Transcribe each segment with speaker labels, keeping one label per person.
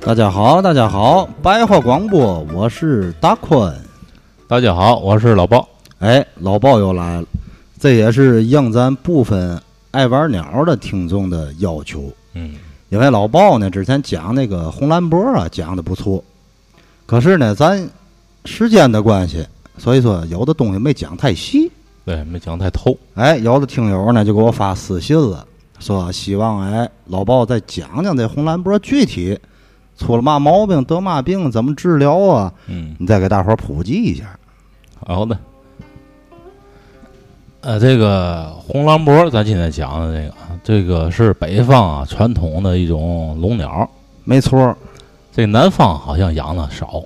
Speaker 1: 大家好，大家好，白话广播，我是大坤。
Speaker 2: 大家好，我是老鲍。
Speaker 1: 哎，老鲍又来了，这也是应咱部分爱玩鸟的听众的要求。
Speaker 2: 嗯，
Speaker 1: 因为老鲍呢之前讲那个红蓝波啊讲的不错，可是呢咱时间的关系，所以说有的东西没讲太细。
Speaker 2: 对，没讲太透。
Speaker 1: 哎，有的听友呢就给我发私信了，说希望哎老鲍再讲讲这红蓝波具体出了嘛毛病，得嘛病，怎么治疗啊？
Speaker 2: 嗯，
Speaker 1: 你再给大伙儿普及一下。
Speaker 2: 好的。呃，这个红蓝脖，咱今天讲的这个啊，这个是北方啊传统的一种笼鸟，
Speaker 1: 没错儿，
Speaker 2: 这南方好像养的少，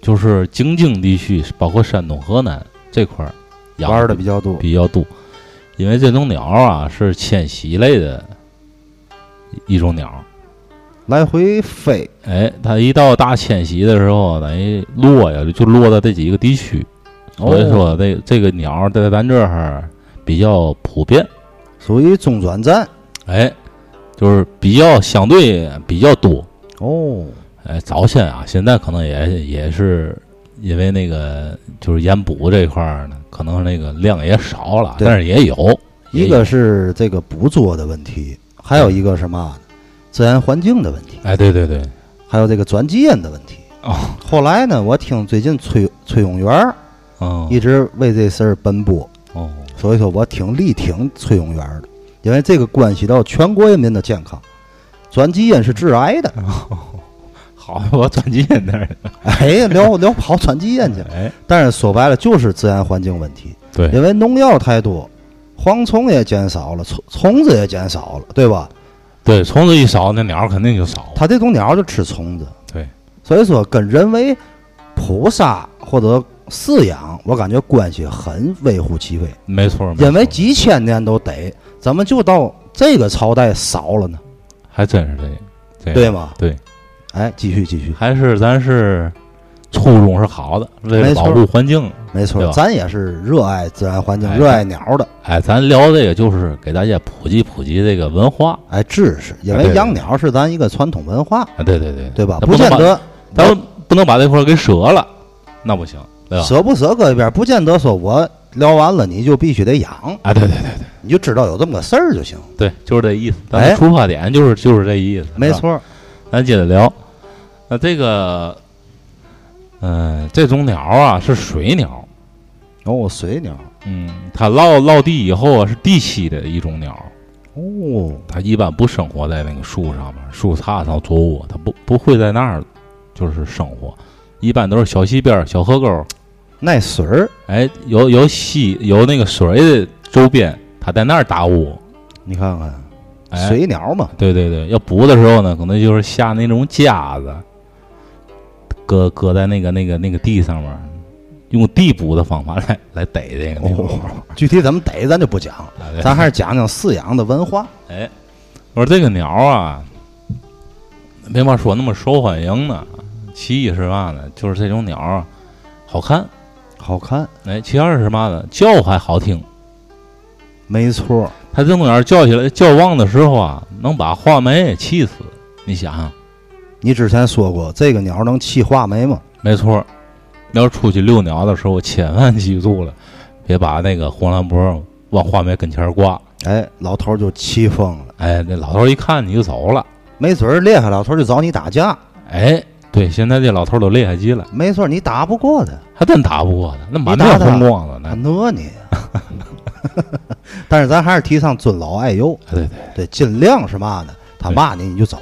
Speaker 2: 就是京津地区，包括山东、河南这块儿养
Speaker 1: 玩的比较多。
Speaker 2: 比较多，因为这种鸟啊是迁徙类的一一种鸟，
Speaker 1: 来回飞，
Speaker 2: 哎，它一到大迁徙的时候，等于落呀，就落到这几个地区。所以说，这这个鸟儿在咱这儿比较普遍，
Speaker 1: 属于中转站
Speaker 2: 哎，就是比较相对比较多。
Speaker 1: 哦。
Speaker 2: 哎，早先啊，现在可能也也是因为那个就是盐捕这块儿呢，可能那个量也少了，
Speaker 1: 对
Speaker 2: 但是也有
Speaker 1: 一个是这个捕捉的问题，还有一个是嘛呢？自然环境的问题，
Speaker 2: 哎，对对对，
Speaker 1: 还有这个转基因的问题。
Speaker 2: 哦，
Speaker 1: 后来呢，我听最近崔崔永元儿
Speaker 2: 嗯，
Speaker 1: 一直为这事儿奔波，
Speaker 2: 哦，
Speaker 1: 所以说我挺力挺崔永元儿的，因为这个关系到全国人民的健康。转基因是致癌的，
Speaker 2: 哦好，我转基因那儿去了，
Speaker 1: 哎呀，聊聊跑转基因 去。
Speaker 2: 哎，
Speaker 1: 但是说白了就是自然环境问题，
Speaker 2: 对，
Speaker 1: 因为农药太多，蝗虫也减少了，虫虫子也减少了，对吧？
Speaker 2: 哦对，虫子一少，那鸟儿肯定就少。
Speaker 1: 它这种鸟就吃虫子，
Speaker 2: 对，
Speaker 1: 所以说跟人为捕杀或者饲养，我感觉关系很微乎其微，
Speaker 2: 没错，没错
Speaker 1: 因为几千年都得，怎么就到这个朝代少了呢？
Speaker 2: 还真是这个，这个
Speaker 1: 对吗？
Speaker 2: 对，
Speaker 1: 哎，继续继续，
Speaker 2: 还是咱是初衷是好的，为了
Speaker 1: 没错
Speaker 2: 保护环境。
Speaker 1: 没
Speaker 2: 对
Speaker 1: 错，
Speaker 2: 吧
Speaker 1: 咱也是热爱自然环境，
Speaker 2: 哎
Speaker 1: 热爱鸟的，
Speaker 2: 哎，咱聊这个就是给大家普及普及这个文化。
Speaker 1: 哎，知识，因
Speaker 2: 哎
Speaker 1: 为
Speaker 2: 对
Speaker 1: 养鸟是咱一个传统文化，
Speaker 2: 啊，对对对，
Speaker 1: 对吧？
Speaker 2: 咱
Speaker 1: 不
Speaker 2: 能
Speaker 1: 见
Speaker 2: 把，
Speaker 1: 得
Speaker 2: 咱们不能把这块儿给折了，那不行，对吧？
Speaker 1: 舍不舍搁一边，不见得说我聊完了你就必须得养，
Speaker 2: 啊，对对对
Speaker 1: 你就知道有这么个事儿就行。
Speaker 2: 对，就是这意思。咱
Speaker 1: 哎
Speaker 2: 们出发点就是就是这意思，
Speaker 1: 没
Speaker 2: 是吧。
Speaker 1: 错，
Speaker 2: 咱接着聊，那这个，嗯、这种鸟啊是水鸟，
Speaker 1: 哦，水鸟，
Speaker 2: 嗯，它落落地以后啊是地栖的一种鸟，
Speaker 1: 哦，
Speaker 2: 它一般不生活在那个树上面、树杈上作物，它不不会在那儿就是生活，一般都是小溪边儿、小河沟儿，
Speaker 1: 耐水儿，
Speaker 2: 哎，有有溪有那个水的周边，它在那儿打窝。
Speaker 1: 你看看，
Speaker 2: 哎，
Speaker 1: 水鸟 嘛，
Speaker 2: 对对对，要捕的时候呢，可能就是下那种夹子，搁搁在那个那个那个地上面儿，用地捕的方法来来逮这个鸟。
Speaker 1: 哦具体怎么逮咱就不讲 了，
Speaker 2: 哎对
Speaker 1: 咱还是讲讲饲养的文化。
Speaker 2: 哎，我说这个鸟啊，为嘛说那么受欢迎呢？其一是嘛呢？就是这种鸟啊好看。
Speaker 1: 好看，
Speaker 2: 哎，其二是嘛呢？叫还好听。
Speaker 1: 没错，
Speaker 2: 它这种鸟叫起来叫旺的时候啊，能把画眉气死。你想想，
Speaker 1: 你之前说过这个鸟能气画眉吗？
Speaker 2: 没错儿，你要出去遛鸟的时候，千万记住了，别把那个红蓝脖往画眉跟前儿挂。
Speaker 1: 哎，老头儿就气疯了，
Speaker 2: 哎，那老头儿一看你就走了。
Speaker 1: 没准儿厉害，老头儿就找你打架。
Speaker 2: 哎，对，现在这老头儿都厉害极了，
Speaker 1: 没错，你打不过他，
Speaker 2: 还真打不过他，那满
Speaker 1: 你打嗯
Speaker 2: 面
Speaker 1: 他
Speaker 2: 红光的
Speaker 1: 他
Speaker 2: 呢。
Speaker 1: 讹你。 但是咱还是提倡尊老爱幼，
Speaker 2: 哎，对对，
Speaker 1: 对，尽量是嘛呢？他骂你你就走，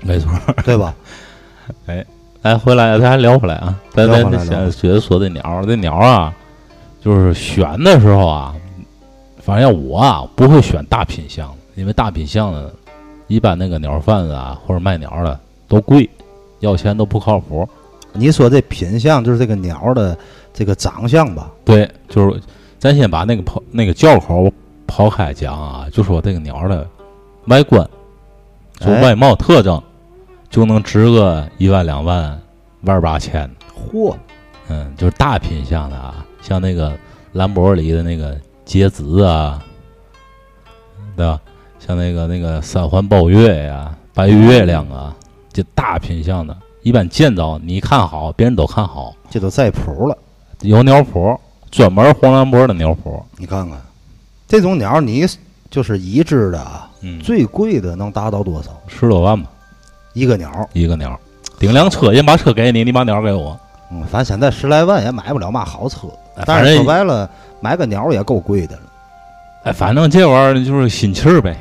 Speaker 2: 没错儿。
Speaker 1: 对吧？
Speaker 2: 来，哎回来，咱还聊回来啊，咱
Speaker 1: 聊回来
Speaker 2: 咱咱
Speaker 1: 聊回来
Speaker 2: 先接着说这鸟儿，这鸟儿啊，就是选的时候啊，反正要我啊，不会选大品相的，因为大品相的，一般那个鸟贩子啊或者卖鸟的都贵，要钱都不靠谱。
Speaker 1: 你说这品相就是这个鸟的这个长相吧？
Speaker 2: 对，就是咱先把那个抛那个叫口抛开讲啊，就说这个鸟儿的外观，就
Speaker 1: 哎
Speaker 2: 外貌特征，就能值个一万两万万儿八千的。
Speaker 1: 嚯，
Speaker 2: 嗯，就是大品相的啊，像那个兰博里的那个结子啊，对吧？像那个那个三环抱月呀、白玉月亮啊，这大品相的，一般见着你看好，别人都看好，
Speaker 1: 这都在谱了。
Speaker 2: 有鸟谱，专门黄兰波的鸟谱，
Speaker 1: 你看看，这种鸟你就是一只的啊，
Speaker 2: 嗯，
Speaker 1: 最贵的能达到多少？
Speaker 2: 十多万吧，
Speaker 1: 一个鸟，
Speaker 2: 一个鸟，顶辆车，人把车给你，你把鸟给我，
Speaker 1: 嗯，反正现在十来万也买不了嘛好车，
Speaker 2: 哎
Speaker 1: 但
Speaker 2: 反
Speaker 1: 是说
Speaker 2: 正
Speaker 1: 白了，买个鸟也够贵的了。
Speaker 2: 哎，反正这玩意儿就是心气儿呗。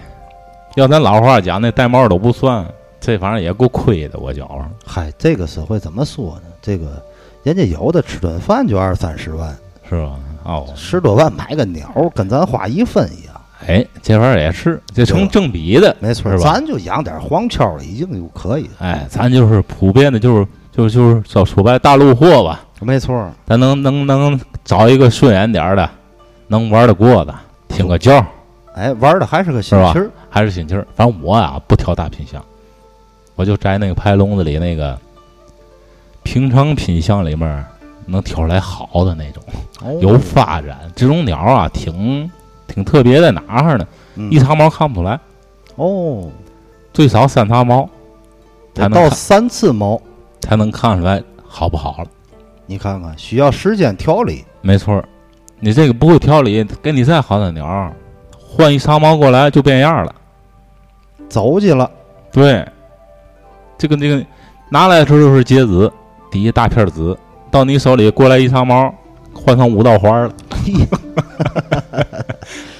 Speaker 2: 要咱老话讲，那戴帽都不算，这反正也够亏的，我觉着。
Speaker 1: 嗨，这个社会怎么说呢？这个人家有的吃顿饭就二三十万，
Speaker 2: 是吧？哦，
Speaker 1: 十多万买个鸟，跟咱花一分一样。
Speaker 2: 哎，这玩意儿也是，
Speaker 1: 对
Speaker 2: 这成
Speaker 1: 吧
Speaker 2: 正比的。
Speaker 1: 没错，
Speaker 2: 是吧
Speaker 1: 咱就养点黄蛟儿已经就可以了。
Speaker 2: 哎，咱就是普遍的，就是就是就是叫说白大陆货吧，
Speaker 1: 没错，
Speaker 2: 咱能能能找一个顺眼点儿的，能玩得过的，挺个觉儿，
Speaker 1: 哎，玩的还是个心气儿。
Speaker 2: 还是心气儿。反正我啊不挑大品相，我就摘那个拍笼子里那个平常品相里面儿能挑出来好的那种。有发展。这种鸟啊，挺挺特别，在哪儿呢？
Speaker 1: 嗯
Speaker 2: 一长毛看不出来，
Speaker 1: 哦，
Speaker 2: 最少三长毛
Speaker 1: 得
Speaker 2: 才能
Speaker 1: 到
Speaker 2: 看
Speaker 1: 三次毛，
Speaker 2: 才能看出来好不好了。
Speaker 1: 你看看，需要时间调理。
Speaker 2: 没错儿，你这个不会调理，跟你再好的鸟儿，换一长毛过来就变样了。
Speaker 1: 走起 了，
Speaker 2: 对，这个这个拿来的时候就是结子，底下大片儿子，到你手里过来一长毛，换成五道花 儿了。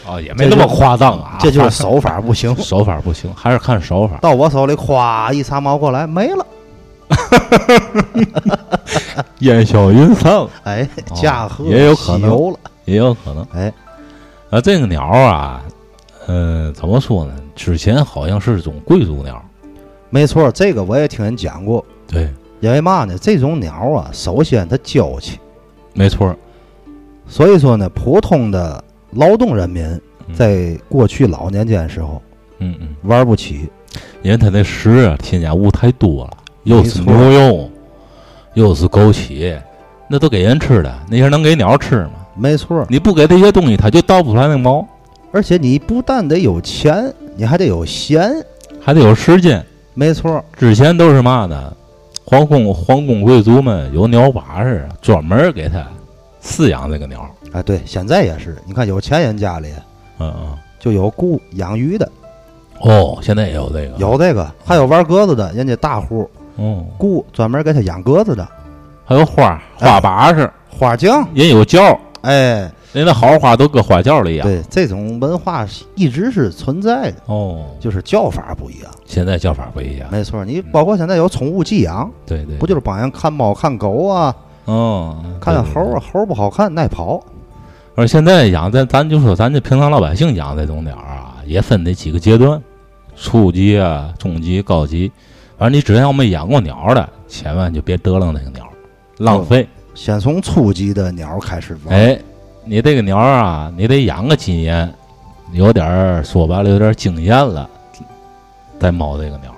Speaker 2: 哦，也没那么夸张啊，。
Speaker 1: 这就是手法不行
Speaker 2: 手法不行，还是看手法。
Speaker 1: 到我手里，咵一擦毛过来，没了。
Speaker 2: 烟消云散了，
Speaker 1: 哎，驾鹤
Speaker 2: 也有可能
Speaker 1: 西游了。
Speaker 2: 也有可能。
Speaker 1: 哎，
Speaker 2: 啊，这个鸟啊，嗯、怎么说呢？之前好像是种贵族鸟，
Speaker 1: 没错，这个我也听人讲过。
Speaker 2: 对，
Speaker 1: 因为嘛呢，这种鸟啊，首先它娇气，
Speaker 2: 没错儿，
Speaker 1: 所以说呢，普通的劳动人民
Speaker 2: 嗯
Speaker 1: 在过去老年间时候
Speaker 2: 嗯嗯，
Speaker 1: 玩不起。
Speaker 2: 因为它那食啊，添加物太多了，又是
Speaker 1: 没错
Speaker 2: 牛肉，又是枸杞，那都给人吃的，那些能给鸟吃吗？
Speaker 1: 没错，
Speaker 2: 你不给这些东西，它就倒不出来那毛，
Speaker 1: 而且你不但得有钱，你还得有闲。
Speaker 2: 还得有时间。
Speaker 1: 没错，
Speaker 2: 之前都是嘛呢？皇宫皇宫贵族们有鸟把式，专门给它饲养这个鸟。
Speaker 1: 啊，对，现在也是。你看，有钱人家里
Speaker 2: 嗯嗯。
Speaker 1: 就有雇养鱼的，
Speaker 2: 哦，现在也有这个。
Speaker 1: 有这个，还有玩鸽子的，人家大户
Speaker 2: 哦，
Speaker 1: 雇专门给他养鸽子的，
Speaker 2: 还有花儿
Speaker 1: 哎
Speaker 2: 花把式，
Speaker 1: 花匠。
Speaker 2: 人有窖儿，
Speaker 1: 哎，
Speaker 2: 人那好花都搁花窖里养。
Speaker 1: 对，这种文化是一直是存在的，
Speaker 2: 哦，
Speaker 1: 就是叫法不一样。
Speaker 2: 现在叫法不一样。
Speaker 1: 没错，
Speaker 2: 嗯
Speaker 1: 你包括现在有宠物寄养，
Speaker 2: 对对，
Speaker 1: 不就是帮人看猫、看狗啊，
Speaker 2: 哦，
Speaker 1: 看
Speaker 2: 对
Speaker 1: 猴儿啊，。猴儿不好看耐跑。
Speaker 2: 对而现在养咱咱就说咱这平常老百姓养这种鸟儿啊，也分那几个阶段，初级啊、中级、高级。反正你只要没养过鸟儿的，千万就别得楞那个鸟儿，浪费。
Speaker 1: 先从初级的鸟开始玩，
Speaker 2: 哎，你这个鸟儿啊，你得养个几年，有点儿说白了有点儿经验了，再猫这个鸟儿。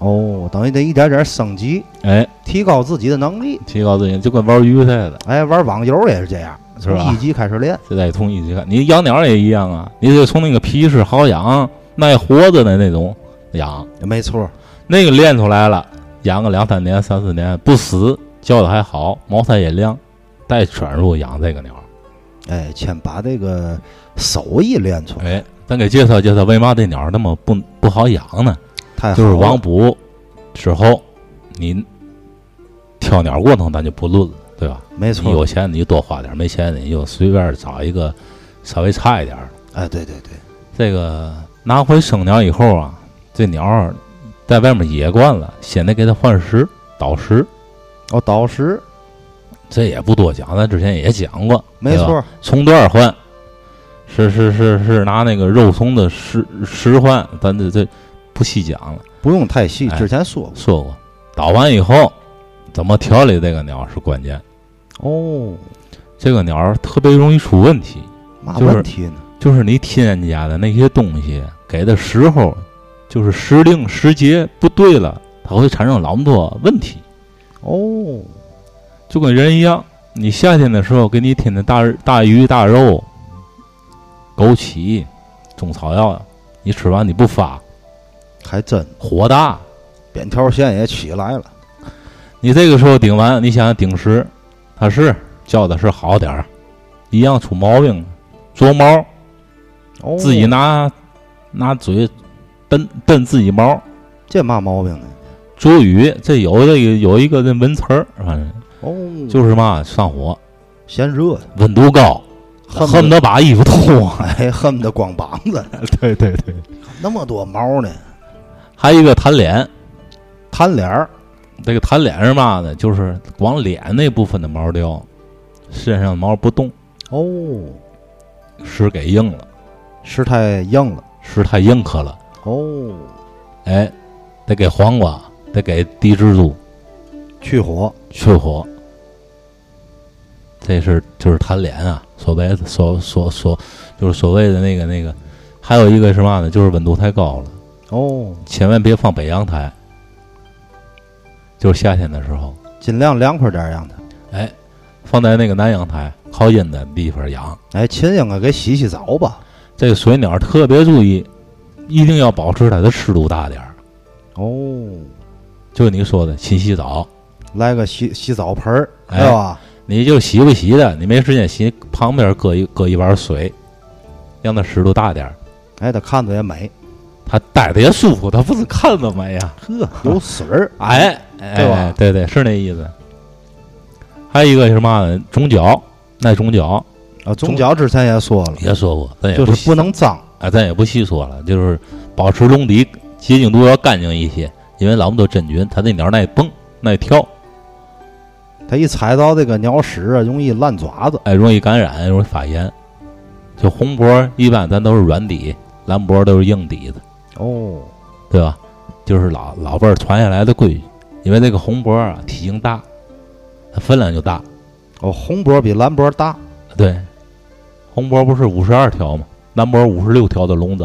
Speaker 1: 哦，等于得一点点升级，
Speaker 2: 哎，
Speaker 1: 提高自己的能力。
Speaker 2: 提高自己就跟玩鱼似的，
Speaker 1: 哎，玩网游也是这样，
Speaker 2: 是
Speaker 1: 从
Speaker 2: 吧
Speaker 1: 一级开始练。
Speaker 2: 就得从一起看。你养鸟也一样啊，你得从那个皮实好养、耐活着的那种养，
Speaker 1: 没错，
Speaker 2: 那个练出来了，养个两三年、三四年不死，叫的还好，毛它也亮，再转入养这个鸟。
Speaker 1: 哎，先把这个手艺练出来，
Speaker 2: 哎，咱给介绍介绍，为嘛这鸟那么不不好养呢？
Speaker 1: 太好
Speaker 2: 就是
Speaker 1: 了
Speaker 2: 网捕之后，你挑鸟过程咱就不论了，对吧？
Speaker 1: 没
Speaker 2: 你有
Speaker 1: 错。
Speaker 2: 钱你就多花点，没钱你就随便找一个稍微差一点儿的。
Speaker 1: 哎，对对对，
Speaker 2: 这个拿回生鸟以后啊，这鸟儿在外面野惯了，先得给它换食、倒食，
Speaker 1: 哦，导师，
Speaker 2: 这也不多讲，咱之前也讲过，
Speaker 1: 没
Speaker 2: 对吧，
Speaker 1: 错，
Speaker 2: 从段儿换，是是是是拿那个肉松的食食换，咱这这不细讲了，
Speaker 1: 不用太细，
Speaker 2: 哎
Speaker 1: 之前说过。
Speaker 2: 说过，倒完以后怎么调理这个鸟是关键，
Speaker 1: 哦，
Speaker 2: 这个鸟儿特别容易出问题，
Speaker 1: 嘛
Speaker 2: 就是
Speaker 1: 问题呢？
Speaker 2: 就是你添加的那些东西给的时候，就是时令时节不对了，它会产生老么多问题，
Speaker 1: 哦，
Speaker 2: 就跟人一样，你夏天的时候给你添的大大鱼大肉、枸杞、中草药，你吃完你不发
Speaker 1: 还真
Speaker 2: 火大，
Speaker 1: 扁条线也起来了。
Speaker 2: 你这个时候顶完，你想想顶食，它是叫的是好点儿，一样出毛病，啄毛，
Speaker 1: 哦
Speaker 2: 自己拿拿嘴蹬蹬自己毛。
Speaker 1: 这嘛毛病呢？
Speaker 2: 捉鱼这有这个有一个那文词儿，反正
Speaker 1: 哦，
Speaker 2: 就是嘛上火，
Speaker 1: 嫌热，
Speaker 2: 温度高，
Speaker 1: 恨
Speaker 2: 恨不
Speaker 1: 得
Speaker 2: 得把衣 服脱啊。
Speaker 1: 哎，恨不得光膀子，
Speaker 2: 对对对，
Speaker 1: 那么多毛呢，
Speaker 2: 还有一个弹脸，
Speaker 1: 贪脸儿。
Speaker 2: 这个弹脸是嘛呢？就是光脸那部分的毛掉，身上的毛不动，
Speaker 1: 哦，
Speaker 2: 屎给硬了，
Speaker 1: 是太硬了。
Speaker 2: 屎太硬壳了。
Speaker 1: 哦，
Speaker 2: 哎，得给黄瓜，得给地蜘蛛
Speaker 1: 去火。
Speaker 2: 去火。这是就是弹脸啊，所谓所所所就是所谓的那个那个，还有一个是嘛呢？就是温度太高了，
Speaker 1: 哦，
Speaker 2: 千万别放北阳台，就是夏天的时候，
Speaker 1: 尽量凉快点儿让它。
Speaker 2: 哎，放在那个南阳台靠阴的地方养。
Speaker 1: 哎，亲应该给洗洗澡吧。
Speaker 2: 这个水鸟特别注意，一定要保持它的湿度大点儿。
Speaker 1: 哦，
Speaker 2: 就你说的，勤洗澡，
Speaker 1: 来个洗洗澡盆儿，
Speaker 2: 哎
Speaker 1: 对吧？
Speaker 2: 你就洗不洗的，你没时间洗，旁边搁一搁一碗水，让它湿度大点儿，
Speaker 1: 哎，它看着也美，
Speaker 2: 它待的也舒服。它不是看着美呀，
Speaker 1: 呵，有水儿。
Speaker 2: 哎，哎
Speaker 1: 对吧
Speaker 2: 对对，是那意思。还有一个是嘛呢？种角，那种角
Speaker 1: 啊，中角之前也说了，
Speaker 2: 也说过，咱也
Speaker 1: 就
Speaker 2: 不
Speaker 1: 是
Speaker 2: 细
Speaker 1: 不能脏。
Speaker 2: 啊，咱也不细说了，就是保持笼底洁净度要干净一些，因为老么多真菌，它那鸟儿爱蹦爱跳。
Speaker 1: 它一踩到这个鸟屎啊，容易烂爪子。
Speaker 2: 哎，容易感染，容易发炎。就红脖一般咱都是软底，蓝脖都是硬底的，
Speaker 1: 哦，
Speaker 2: 对吧？就是老老辈儿传下来的规矩。因为这个红脖啊，体型大，它分量就大。
Speaker 1: 哦，红脖比蓝脖大。
Speaker 2: 对，红脖不是五十二条吗？蓝脖五十六条的笼子，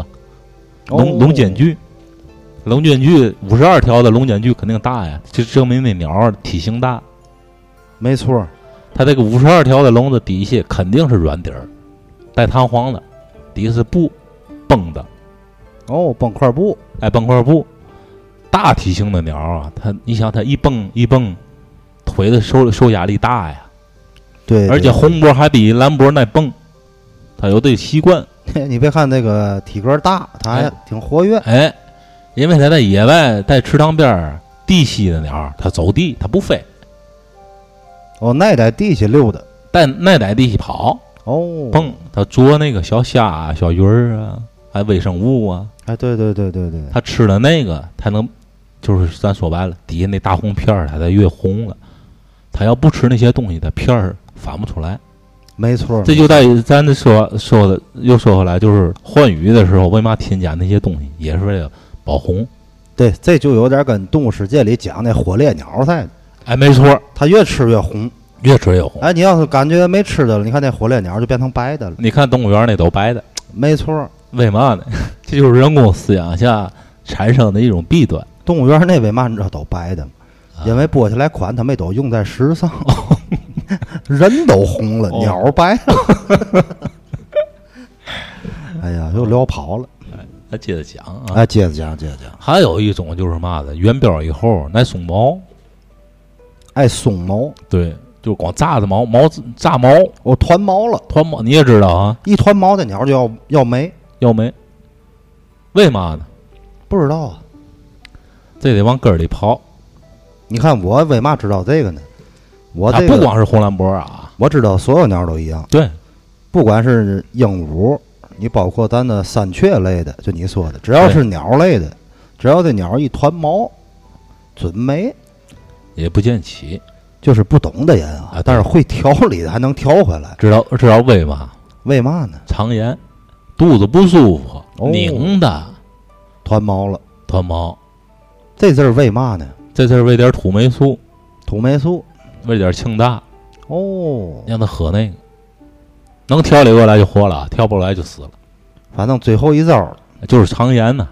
Speaker 1: 哦
Speaker 2: 笼笼间距，笼间距五十二条的笼间距肯定大呀，就证明那鸟儿体型大。
Speaker 1: 没错儿。
Speaker 2: 它这个五十二条的笼子底下肯定是软底儿，带弹簧的，底下是布，绷的。
Speaker 1: 哦，绷块布。
Speaker 2: 哎，蹦块布，大体型的鸟啊，它你想它一蹦一蹦，腿的受受压力大呀，
Speaker 1: 对，
Speaker 2: 而且
Speaker 1: 对
Speaker 2: 红脖还比蓝脖耐蹦，它有这习惯。
Speaker 1: 你别看那个体格大，它还
Speaker 2: 哎
Speaker 1: 挺活跃。
Speaker 2: 哎，因为它在野外，在池塘边儿地栖的鸟，它走地，它不飞，
Speaker 1: 哦，那在地下溜达。
Speaker 2: 但耐在地栖跑
Speaker 1: 哦，
Speaker 2: 蹦，它捉那个小虾啊、小鱼儿啊，还微生物啊，
Speaker 1: 哎，对对对对对，
Speaker 2: 它吃了那个，它能，就是咱说白了，底下那大红片儿，它才越红了。它要不吃那些东西，它片儿反不出来。
Speaker 1: 没错儿，
Speaker 2: 这就在于咱这说说的，又说回来，就是换羽的时候，为嘛添加那些东西，也是为了保红。
Speaker 1: 对，这就有点跟动物世界里讲那火烈鸟似的，
Speaker 2: 哎，没错，
Speaker 1: 它越吃越红。
Speaker 2: 越吃越红。
Speaker 1: 哎，你要是感觉没吃的了，你看那火烈鸟就变成白的了。
Speaker 2: 你看动物园那都白的，
Speaker 1: 没错儿，
Speaker 2: 为嘛呢？ 这就是人工饲养下产生的一种弊端。
Speaker 1: 动物园那为嘛你知道都白的吗？
Speaker 2: 啊
Speaker 1: 因为剥下来款它没都用在时尚， 人都红了，
Speaker 2: 哦
Speaker 1: 鸟儿白了。 哎呀，又聊跑了。
Speaker 2: 那接着讲啊，
Speaker 1: 哎，接着讲，接着讲，
Speaker 2: 还有一种就是嘛的，圆标以后那松毛，
Speaker 1: 爱松哎毛，
Speaker 2: 对，就光炸的毛，毛炸毛
Speaker 1: 我团毛了，
Speaker 2: 团毛，你也知道啊，
Speaker 1: 一团毛这鸟就要要没，
Speaker 2: 要没？为嘛呢？
Speaker 1: 不知道啊。
Speaker 2: 这得往根儿里刨。
Speaker 1: 你看我为嘛知道这个呢？我
Speaker 2: 它
Speaker 1: 这个
Speaker 2: 不光是红蓝脖啊，
Speaker 1: 我知道所有鸟都一样，
Speaker 2: 对，
Speaker 1: 不管是鹦鹉，你包括咱的山雀类的，就你说的，只要是鸟类的，只要这鸟一团毛，准没。
Speaker 2: 也不见起。
Speaker 1: 就是不懂的人啊
Speaker 2: 啊，
Speaker 1: 但是会调理的还能调回来，
Speaker 2: 知道知道为嘛？
Speaker 1: 为嘛呢？
Speaker 2: 肠炎，肚子不舒服，
Speaker 1: 哦
Speaker 2: 拧的
Speaker 1: 团毛了，
Speaker 2: 团毛，
Speaker 1: 这字儿为嘛呢？
Speaker 2: 这次喂点土霉素，
Speaker 1: 土霉素
Speaker 2: 喂点庆大，
Speaker 1: 哦，
Speaker 2: 让它喝那个，能调理过来就活了，啊调不过来就死了。
Speaker 1: 反正最后一招了
Speaker 2: 就是肠炎呢，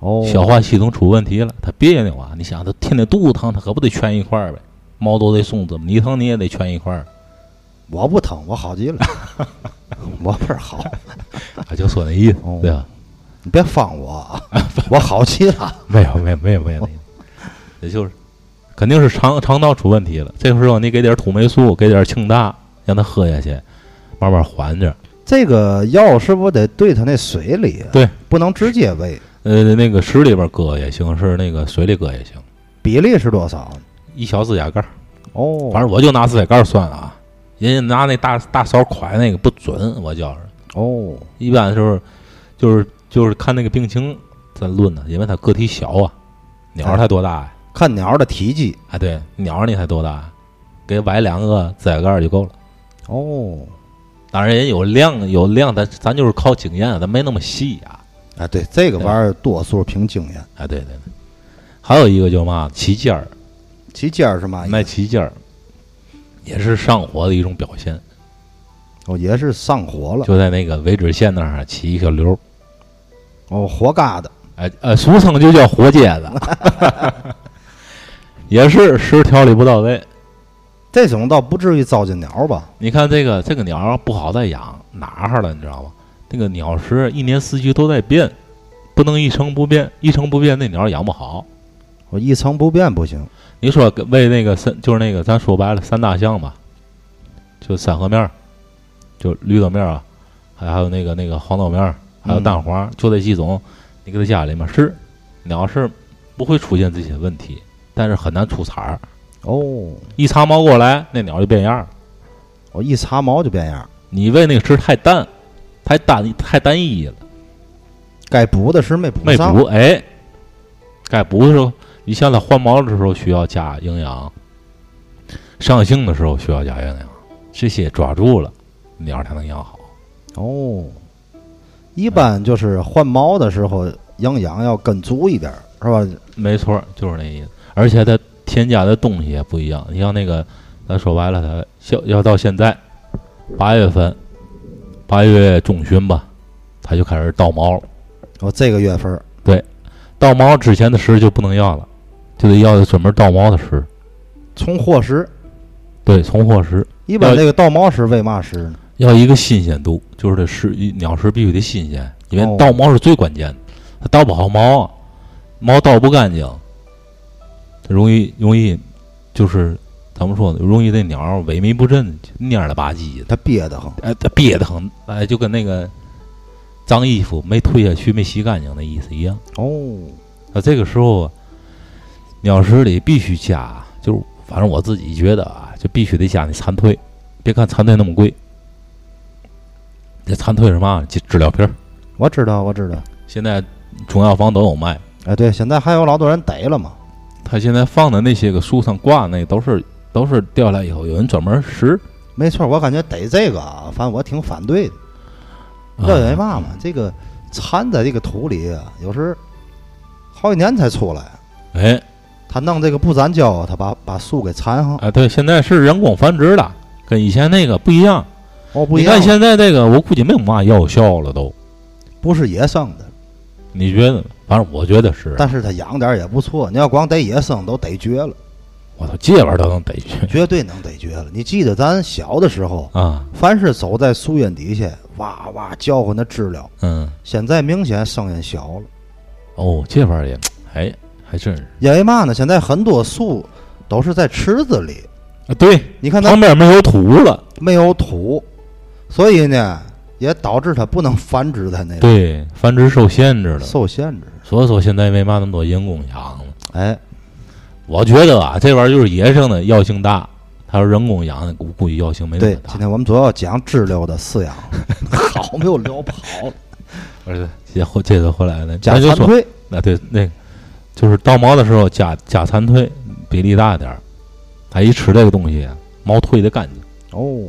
Speaker 1: 哦，
Speaker 2: 消化系统出问题了，它别扭啊！你想，它天天肚子疼，它可不得圈一块儿呗，毛都得松着，你疼你也得圈一块儿。
Speaker 1: 我不疼，我好极了， 我倍儿好，
Speaker 2: 啊，就说那意思
Speaker 1: 哦，
Speaker 2: 对吧？
Speaker 1: 你别放我，啊，我好极了。
Speaker 2: 没有，没有，没有，没有那意思。也就是肯定是肠肠道出问题了。这个时候你给点土霉素，给点庆大，让它喝下去，慢慢缓着。
Speaker 1: 这个药是不是得兑它那水里？啊
Speaker 2: 对，
Speaker 1: 不能直接喂。
Speaker 2: 呃，那个池里边搁也行，是那个水里搁也行，
Speaker 1: 比例是多少？
Speaker 2: 一小指甲盖儿，
Speaker 1: 哦，
Speaker 2: 反正我就拿指甲盖儿算啊。人家拿那大大勺㧟那个不准，我觉着。
Speaker 1: 哦，
Speaker 2: 一般就是就是就是看那个病情再论呢，因为它个体小啊，鸟儿才多大呀、
Speaker 1: 看鸟的体积。
Speaker 2: 啊？对，鸟儿你才多大、呀？给崴两个指甲盖儿就够了。
Speaker 1: 哦，
Speaker 2: 当然人有量有量，咱咱就是靠经验，咱没那么细啊。
Speaker 1: 啊，对，这个玩意儿多数凭经验。
Speaker 2: 啊，对对对，还有一个叫嘛旗尖儿，
Speaker 1: 旗尖儿是嘛？
Speaker 2: 卖旗尖儿也是上火的一种表现，
Speaker 1: 哦，也是上火了。
Speaker 2: 就在那个尾指线那儿啊起一小瘤儿，
Speaker 1: 哦，活疙瘩。
Speaker 2: 哎呃，俗称就叫活疖子，也是食调理不到位。
Speaker 1: 这种倒不至于糟践鸟吧？
Speaker 2: 你看这个这个鸟儿不好再养，哪哈了你知道吗？那个鸟食一年四季都在变，不能一成不变，一成不变那鸟儿养不好。
Speaker 1: 我一成不变不行。
Speaker 2: 你说给喂那个三就是那个咱说白了三大项吧，就三合面儿，就绿豆面儿啊，还还有那个那个黄豆面儿，还有蛋黄，就这几种，你给它家里面是，鸟是不会出现这些问题，但是很难出彩儿，
Speaker 1: 哦，
Speaker 2: 一长毛过来那鸟就变样儿了。
Speaker 1: 我一擦毛就变样儿。
Speaker 2: 你喂那个吃太淡，太单太单一了。
Speaker 1: 该补的时没补
Speaker 2: 没
Speaker 1: 上。
Speaker 2: 补，哎，该补的时候，你像它换毛的时候需要加营养，上性的时候需要加营养，这些抓住了，鸟才能养好。
Speaker 1: 哦，一般就是换毛的时候营养要跟足一点儿，是吧？
Speaker 2: 没错，就是那意思。而且它添加的东西也不一样，你像那个，咱说白了，它要要到现在八月份，八月中旬吧，它就开始倒毛了。
Speaker 1: 我哦这个月份儿
Speaker 2: 倒毛之前的食就不能要了，就得要专门倒毛的食。
Speaker 1: 从获食，
Speaker 2: 对，从货食。
Speaker 1: 一般
Speaker 2: 要
Speaker 1: 这个倒毛食为嘛食呢？
Speaker 2: 要一个新鲜度，就是这是鸟食必须得新鲜，因
Speaker 1: 哦
Speaker 2: 为倒毛是最关键的，它倒不好毛啊，毛倒不干净，容易容易就是怎么说呢，容易这鸟儿萎靡不振，蔫了吧唧的，
Speaker 1: 它憋得慌。
Speaker 2: 哎，它憋得很，哎，就跟那个脏衣服没退下去、没洗干净的意思一样。
Speaker 1: 哦，
Speaker 2: 那这个时候啊，鸟食里必须加，就是反正我自己觉得啊，就必须得加那蝉蜕。别看蝉蜕那么贵，这蝉蜕是嘛？治治疗片儿，
Speaker 1: 我知道，我知道。
Speaker 2: 现在中药房都有卖。
Speaker 1: 哎，对，现在还有老多人逮了嘛。
Speaker 2: 它现在放的那些个树上挂那都是都是掉下来以后有人专门拾。
Speaker 1: 没错，我感觉逮这个啊，反正我挺反对的。
Speaker 2: 啊
Speaker 1: 要因为嘛嘛，这个蚕在这个土里啊，有时好几年才出来。
Speaker 2: 哎
Speaker 1: 它弄这个不粘胶，它把把树给缠上。
Speaker 2: 啊，对，现在是人工繁殖了，跟以前那个不一样。
Speaker 1: 哦，不一
Speaker 2: 你
Speaker 1: 样
Speaker 2: 看，现在这个，我估计没有嘛药效了都。
Speaker 1: 不是野生的，
Speaker 2: 你觉得呢？反正我觉得是。
Speaker 1: 但是它养点儿也不错。你要光逮野生，都逮绝了，
Speaker 2: 我操，这玩意儿都能逮去
Speaker 1: 绝对能逮绝了。你记得咱小的时候，
Speaker 2: 啊！
Speaker 1: 凡是走在树荫底下，哇哇叫唤的知了。
Speaker 2: 嗯，
Speaker 1: 现在明显声音小了，
Speaker 2: 哦，这玩意儿也，哎，还真是
Speaker 1: 因为嘛呢？现在很多树都是在池子里，
Speaker 2: 啊，对，
Speaker 1: 你看它
Speaker 2: 旁边没有土了，
Speaker 1: 没有土，所以呢，也导致它不能繁殖在那里，
Speaker 2: 对，繁殖受限制了，
Speaker 1: 受限制。
Speaker 2: 所以说现在为嘛那么多人工养了？
Speaker 1: 哎，
Speaker 2: 我觉得啊，这玩意儿就是野生的药性大，它是人工养的，估估计药性没那
Speaker 1: 对
Speaker 2: 么，大
Speaker 1: 今。天我们主要讲知 了的饲养，好没有聊跑了，
Speaker 2: 不是，接后接着回来呢，
Speaker 1: 讲
Speaker 2: 咱就
Speaker 1: 残
Speaker 2: 说，
Speaker 1: 亏。
Speaker 2: 那对那个，就是倒毛的时候加加残蜕比例大点儿，它一吃这个东西，啊毛退的干净。
Speaker 1: 哦，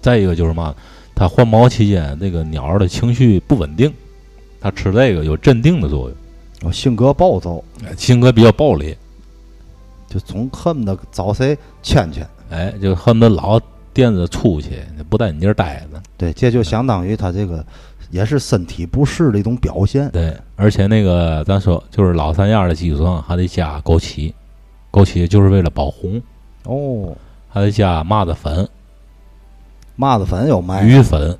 Speaker 2: 再一个就是嘛，它换毛期间，那个鸟儿的情绪不稳定，它吃这个有镇定的作用。
Speaker 1: 我性格暴躁，
Speaker 2: 哎性格比较暴烈，
Speaker 1: 就总恨不得找谁牵牵。
Speaker 2: 哎，就恨不得老惦着出去，不在你这儿待着。
Speaker 1: 对，这就相当于它这个也是身体不适的一种表现。
Speaker 2: 对，而且那个咱说就是老三样的基础上还得加枸杞，枸杞就是为了保红，
Speaker 1: 哦，
Speaker 2: 还得加麻子粉、
Speaker 1: 麻子粉有卖，
Speaker 2: 鱼粉、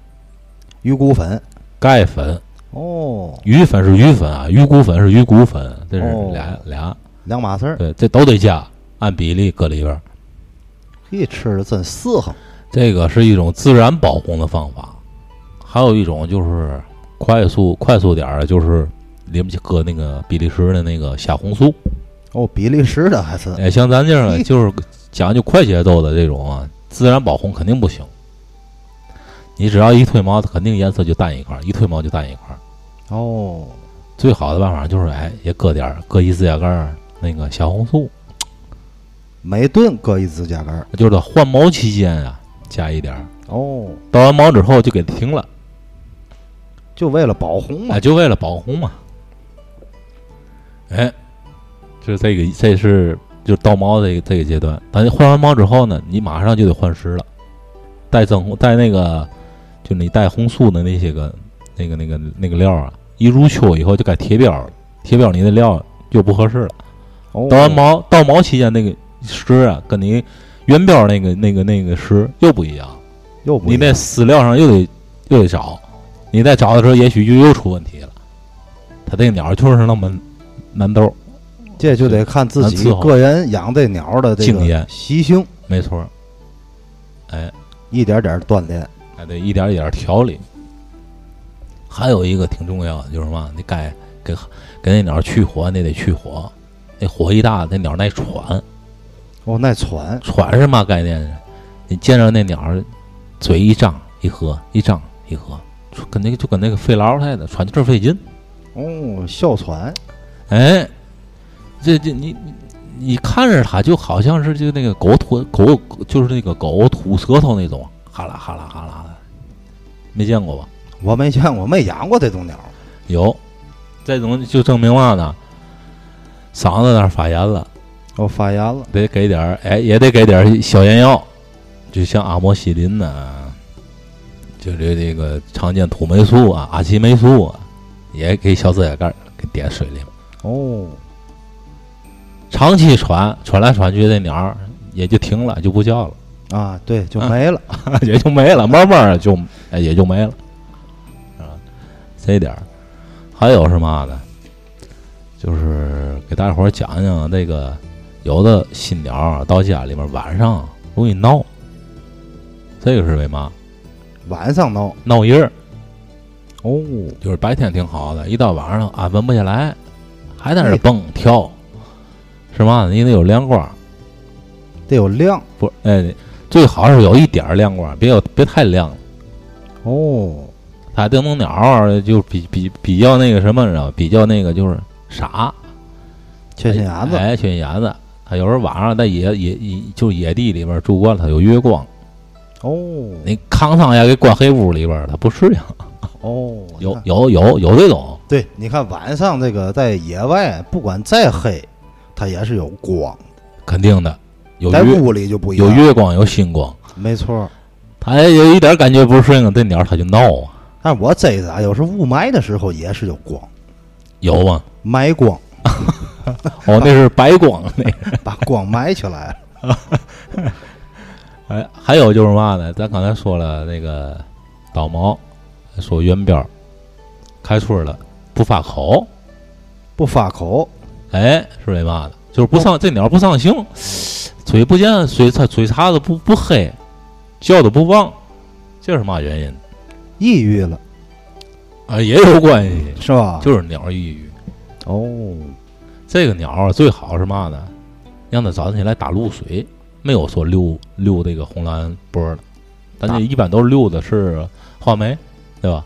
Speaker 1: 鱼骨粉。
Speaker 2: 钙粉。
Speaker 1: 哦，
Speaker 2: 鱼粉是鱼粉啊，鱼骨粉是鱼骨粉，这是
Speaker 1: 哦
Speaker 2: 俩俩。
Speaker 1: 两码事儿。
Speaker 2: 对，这都得加，按比例搁里边儿。
Speaker 1: 嘿，吃的真适合。
Speaker 2: 这个是一种自然保红的方法，还有一种就是快速快速点儿的，就是里面搁那个比利时的那个虾红素。
Speaker 1: 哦，比利时的还是
Speaker 2: 哎，像咱这样就是讲究快节奏的这种啊，自然保红肯定不行。你只要一褪毛，它肯定颜色就淡一块儿，一褪毛就淡一块儿。
Speaker 1: 哦，
Speaker 2: 最好的办法就是，哎，也搁点儿，搁一指甲盖儿那个小红素，
Speaker 1: 每顿搁一指甲盖儿。
Speaker 2: 就是它换毛期间啊，加一点儿。
Speaker 1: 哦，
Speaker 2: 倒完毛之后就给它停了，
Speaker 1: 就为了保红嘛
Speaker 2: 哎，。就为了保红嘛。哎，就是这个，这是就是倒毛这个这个阶段。咱换完毛之后呢，你马上就得换食了，带增红带那个，就你带红素的那些个那个那个那个料啊，一入秋以后就该贴膘了，贴膘你的料就不合适了。
Speaker 1: 哦
Speaker 2: 倒完毛倒毛期间那个食啊，跟你原标那个那个那个食又不一样，
Speaker 1: 又不
Speaker 2: 你
Speaker 1: 那
Speaker 2: 在饲料上又得又得找，你在找的时候也许就又出问题了。它这个鸟就是那么难兜儿，
Speaker 1: 这就得看自己
Speaker 2: 咱伺候
Speaker 1: 个人养这鸟的这
Speaker 2: 经验
Speaker 1: 个习性，
Speaker 2: 没错儿。哎，
Speaker 1: 一点点锻炼。
Speaker 2: 还得一点儿一点儿调理。还有一个挺重要的就是嘛，你该给给那鸟去火，你得去火，那火一大，那鸟耐喘。
Speaker 1: 哦，耐喘。
Speaker 2: 喘是嘛概念呢？你见着那鸟儿，嘴一张一合，一张一合，就跟那个就跟那个肺痨似的，喘气儿费劲。
Speaker 1: 哦，哮喘。
Speaker 2: 哎，这这你你你看着它就好像是就那个狗吐狗就是那个狗吐舌头那种，哈啦哈啦哈啦的，没见过吧？
Speaker 1: 我没见过，没养过这种鸟。
Speaker 2: 有，这种就证明嘛呢，嗓子那儿发炎了，
Speaker 1: 哦，发炎了。
Speaker 2: 得给点儿，哎，也得给点儿消炎药，就像阿莫西林呐、就这这个常见土霉素啊、阿奇霉素啊，也给小指甲盖儿给点水里面。
Speaker 1: 哦，
Speaker 2: 长期喘，喘来喘去，这鸟儿也就停了，就不叫了，
Speaker 1: 啊，对，就
Speaker 2: 嗯
Speaker 1: 没了。
Speaker 2: 也就没了，慢慢儿就哎也就没了，啊，这点儿，还有是嘛呢？就是给大伙儿讲讲这个，有的新鸟儿到家里面晚上容易闹，这个是为嘛？
Speaker 1: 晚上闹。
Speaker 2: 闹音儿，
Speaker 1: 哦，
Speaker 2: 就是白天挺好的，一到晚上安稳不下来，还在那儿蹦跳，是嘛呢？你得有亮光儿，
Speaker 1: 得有亮。
Speaker 2: 不，哎，最好是有一点儿亮光，别有别太亮了。
Speaker 1: 哦，
Speaker 2: 它灯笼鸟儿就比比比较那个什么，你知道吗？比较那个就是傻，
Speaker 1: 缺心眼子。
Speaker 2: 哎，缺心眼子。它有时候晚上在野野野就野地里边住惯了，它有月光，
Speaker 1: 哦，
Speaker 2: 你康上也给关黑屋里边儿，它不适应。
Speaker 1: 哦，你
Speaker 2: 有
Speaker 1: 看
Speaker 2: 有有有这种，
Speaker 1: 对，你看晚上这个在野外，不管再黑，它也是有光，
Speaker 2: 肯定的，有
Speaker 1: 在
Speaker 2: 月
Speaker 1: 屋里就不一样。
Speaker 2: 有月光有星光，
Speaker 1: 没错。
Speaker 2: 它有一点感觉不适应，这鸟儿它就闹啊，
Speaker 1: 但是我这着啊，有时候雾霾的时候也是有光，
Speaker 2: 有吗？
Speaker 1: 埋光，
Speaker 2: 哦，那是白光那个。
Speaker 1: 把光埋起来了。
Speaker 2: 哎，还有就是嘛呢？咱刚才说了那个倒毛，说圆标，开春了不发口，
Speaker 1: 不发口，
Speaker 2: 哎，是为嘛呢？就是不上、这鸟不上行，嘴不见嘴它嘴茬子不不黑，叫的不旺，这是嘛原因？
Speaker 1: 抑郁了
Speaker 2: 啊，也有关系，
Speaker 1: 是吧？
Speaker 2: 就是鸟抑郁。
Speaker 1: 哦，
Speaker 2: 这个鸟啊最好是嘛呢？让它早晨起来打露水，没有说溜溜这个红蓝波的，咱这
Speaker 1: 打
Speaker 2: 一般都是溜的是画眉，对吧？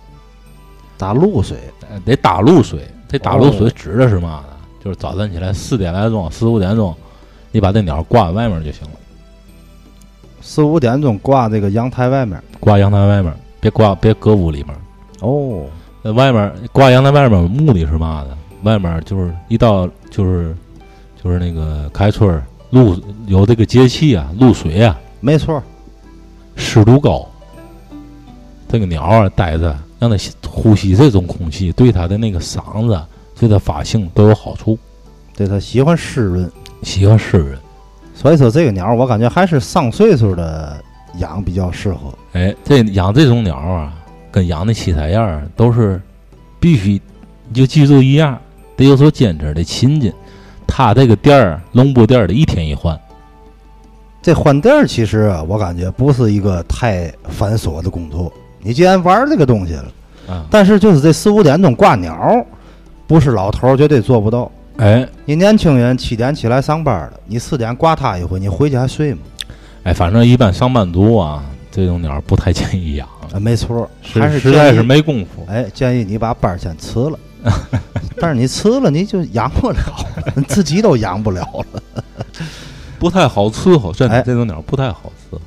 Speaker 1: 打露水。
Speaker 2: 呃得打露水，这打露水
Speaker 1: 哦
Speaker 2: 指的是嘛呢？就是早晨起来四点来钟、四五点钟，你把这鸟挂外面就行了，
Speaker 1: 四五点钟挂这个阳台外面。
Speaker 2: 挂阳台外面，别挂别搁屋里面。
Speaker 1: 哦，
Speaker 2: 那外面挂阳台外面目的是嘛呢？外面就是一到就是就是那个开春儿露有这个节气啊，露水啊，
Speaker 1: 没错儿，
Speaker 2: 湿度高，这个鸟啊待着，让它吸呼吸这种空气，对它的那个嗓子、对它发性都有好处，
Speaker 1: 对它喜欢湿润，
Speaker 2: 喜欢湿润。
Speaker 1: 所以说这个鸟儿我感觉还是上岁数的养比较适合。
Speaker 2: 哎，这养这种鸟啊，跟养那七彩燕儿都是必须，你就记住一样，得有所坚持，得勤谨。他这个店儿笼布店儿得一天一换，
Speaker 1: 这换地儿其实啊我感觉不是一个太繁琐的工作。你既然玩这个东西了，
Speaker 2: 啊，
Speaker 1: 但是就是这四五点钟挂鸟儿，不是老头儿绝对做不到。
Speaker 2: 哎
Speaker 1: 你年轻人七点起来上班儿了，你四点挂他一回，你回去还睡吗？
Speaker 2: 哎，反正一般上班族啊，这种鸟儿不太建议养，
Speaker 1: 啊，没错儿，
Speaker 2: 是
Speaker 1: 还
Speaker 2: 实
Speaker 1: 建
Speaker 2: 在
Speaker 1: 议
Speaker 2: 是没功夫。
Speaker 1: 哎，建议你把班儿先辞 了，但是你辞了你就养不了了，自己都养不了 了，
Speaker 2: 不太好伺候，真
Speaker 1: 哎
Speaker 2: 的这种鸟不太好伺候。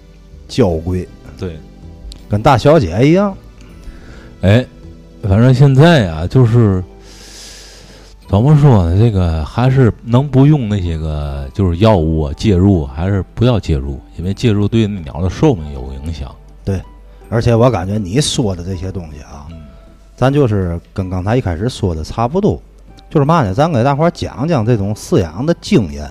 Speaker 1: 娇贵，
Speaker 2: 对，
Speaker 1: 跟大小姐一样。
Speaker 2: 哎，反正现在啊，就是怎么说呢，这个还是能不用那些个就是药物啊介入，还是不要介入，因为介入对那鸟的寿命有影响。
Speaker 1: 而且我感觉你说的这些东西啊，
Speaker 2: 嗯
Speaker 1: 咱就是跟刚才一开始说的差不多，就是嘛呢，咱给大伙儿讲讲这种饲养的经验，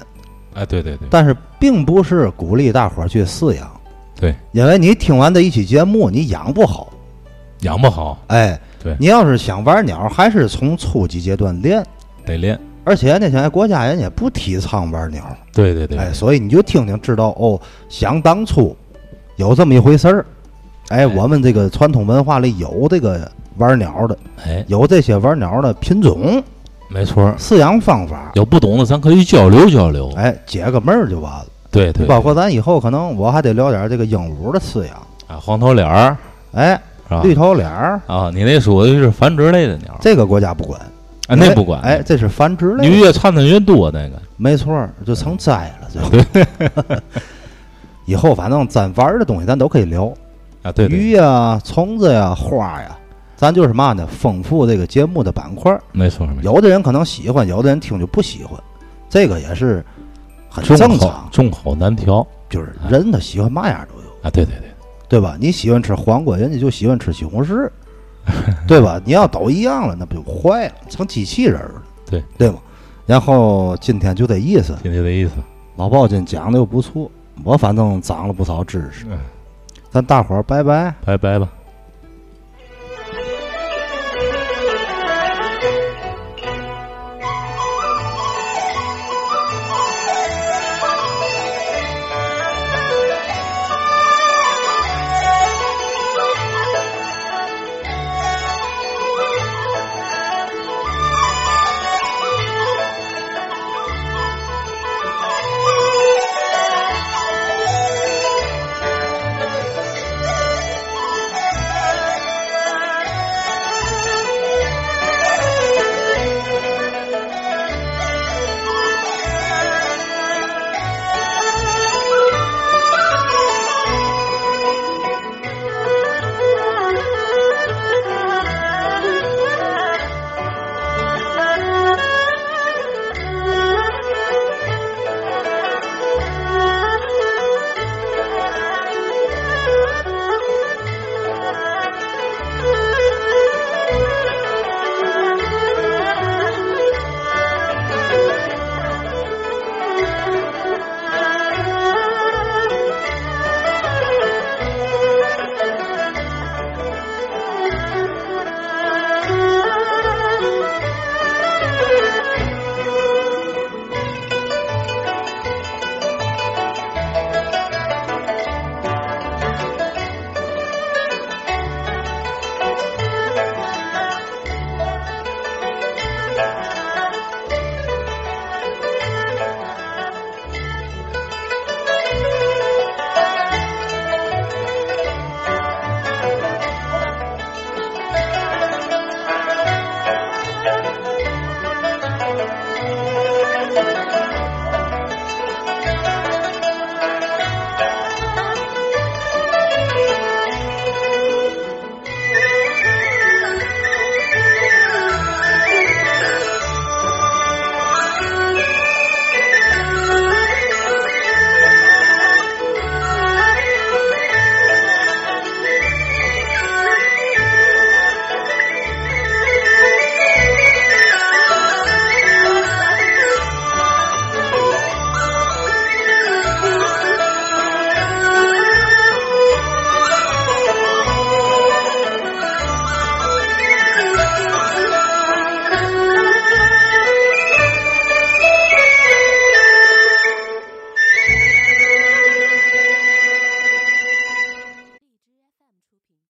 Speaker 2: 哎，对对对，
Speaker 1: 但是并不是鼓励大伙儿去饲养，
Speaker 2: 对，
Speaker 1: 因为你听完这一期节目，你养不好，
Speaker 2: 养不好
Speaker 1: 哎，
Speaker 2: 对
Speaker 1: 你要是想玩鸟，还是从初级阶段练。
Speaker 2: 得练。
Speaker 1: 而且呢，现在国家人也不提倡玩鸟，
Speaker 2: 对对对，
Speaker 1: 哎，所以你就听听知道哦，想当初有这么一回事儿，哎，
Speaker 2: 哎
Speaker 1: 我们这个传统文化里有这个玩鸟的，
Speaker 2: 哎，
Speaker 1: 有这些玩鸟的品种、
Speaker 2: 没错儿，
Speaker 1: 饲养方法，
Speaker 2: 有不懂的咱可以交流交流。
Speaker 1: 哎，解个闷儿就完了。
Speaker 2: 对对，
Speaker 1: 包括咱以后可能我还得聊点这个鹦鹉的饲养，
Speaker 2: 啊，黄头脸儿
Speaker 1: 哎，
Speaker 2: 是吧？
Speaker 1: 绿头脸儿，
Speaker 2: 啊，你那属于是繁殖类的鸟儿，
Speaker 1: 这个国家不管，
Speaker 2: 啊，那不管。
Speaker 1: 哎，，这是繁殖
Speaker 2: 你
Speaker 1: 类的，
Speaker 2: 越掺的越多，那个
Speaker 1: 没错儿，就成灾了，就。 以后反正咱玩儿的东西咱都可以聊，
Speaker 2: 啊，对对，
Speaker 1: 鱼呀、虫子呀、花呀，咱就是嘛呢，丰富这个节目的板块儿。
Speaker 2: 没错没错。
Speaker 1: 有的人可能喜欢，有的人听就不喜欢，这个也是很
Speaker 2: 众
Speaker 1: 正
Speaker 2: 口
Speaker 1: 常。
Speaker 2: 众口难调
Speaker 1: 就是人他喜欢嘛样都有，
Speaker 2: 啊！对对对，
Speaker 1: 对吧？你喜欢吃黄瓜，人家就喜欢吃西红 柿，对吧？你要都一样了，那不就坏了，成机器人儿了，
Speaker 2: 对
Speaker 1: 对吧？然后今天就这意思，
Speaker 2: 听这意思。
Speaker 1: 老鲍今讲的又不错，我反正长了不少知识。
Speaker 2: 嗯，
Speaker 1: 咱大伙儿拜拜。
Speaker 2: 拜拜吧。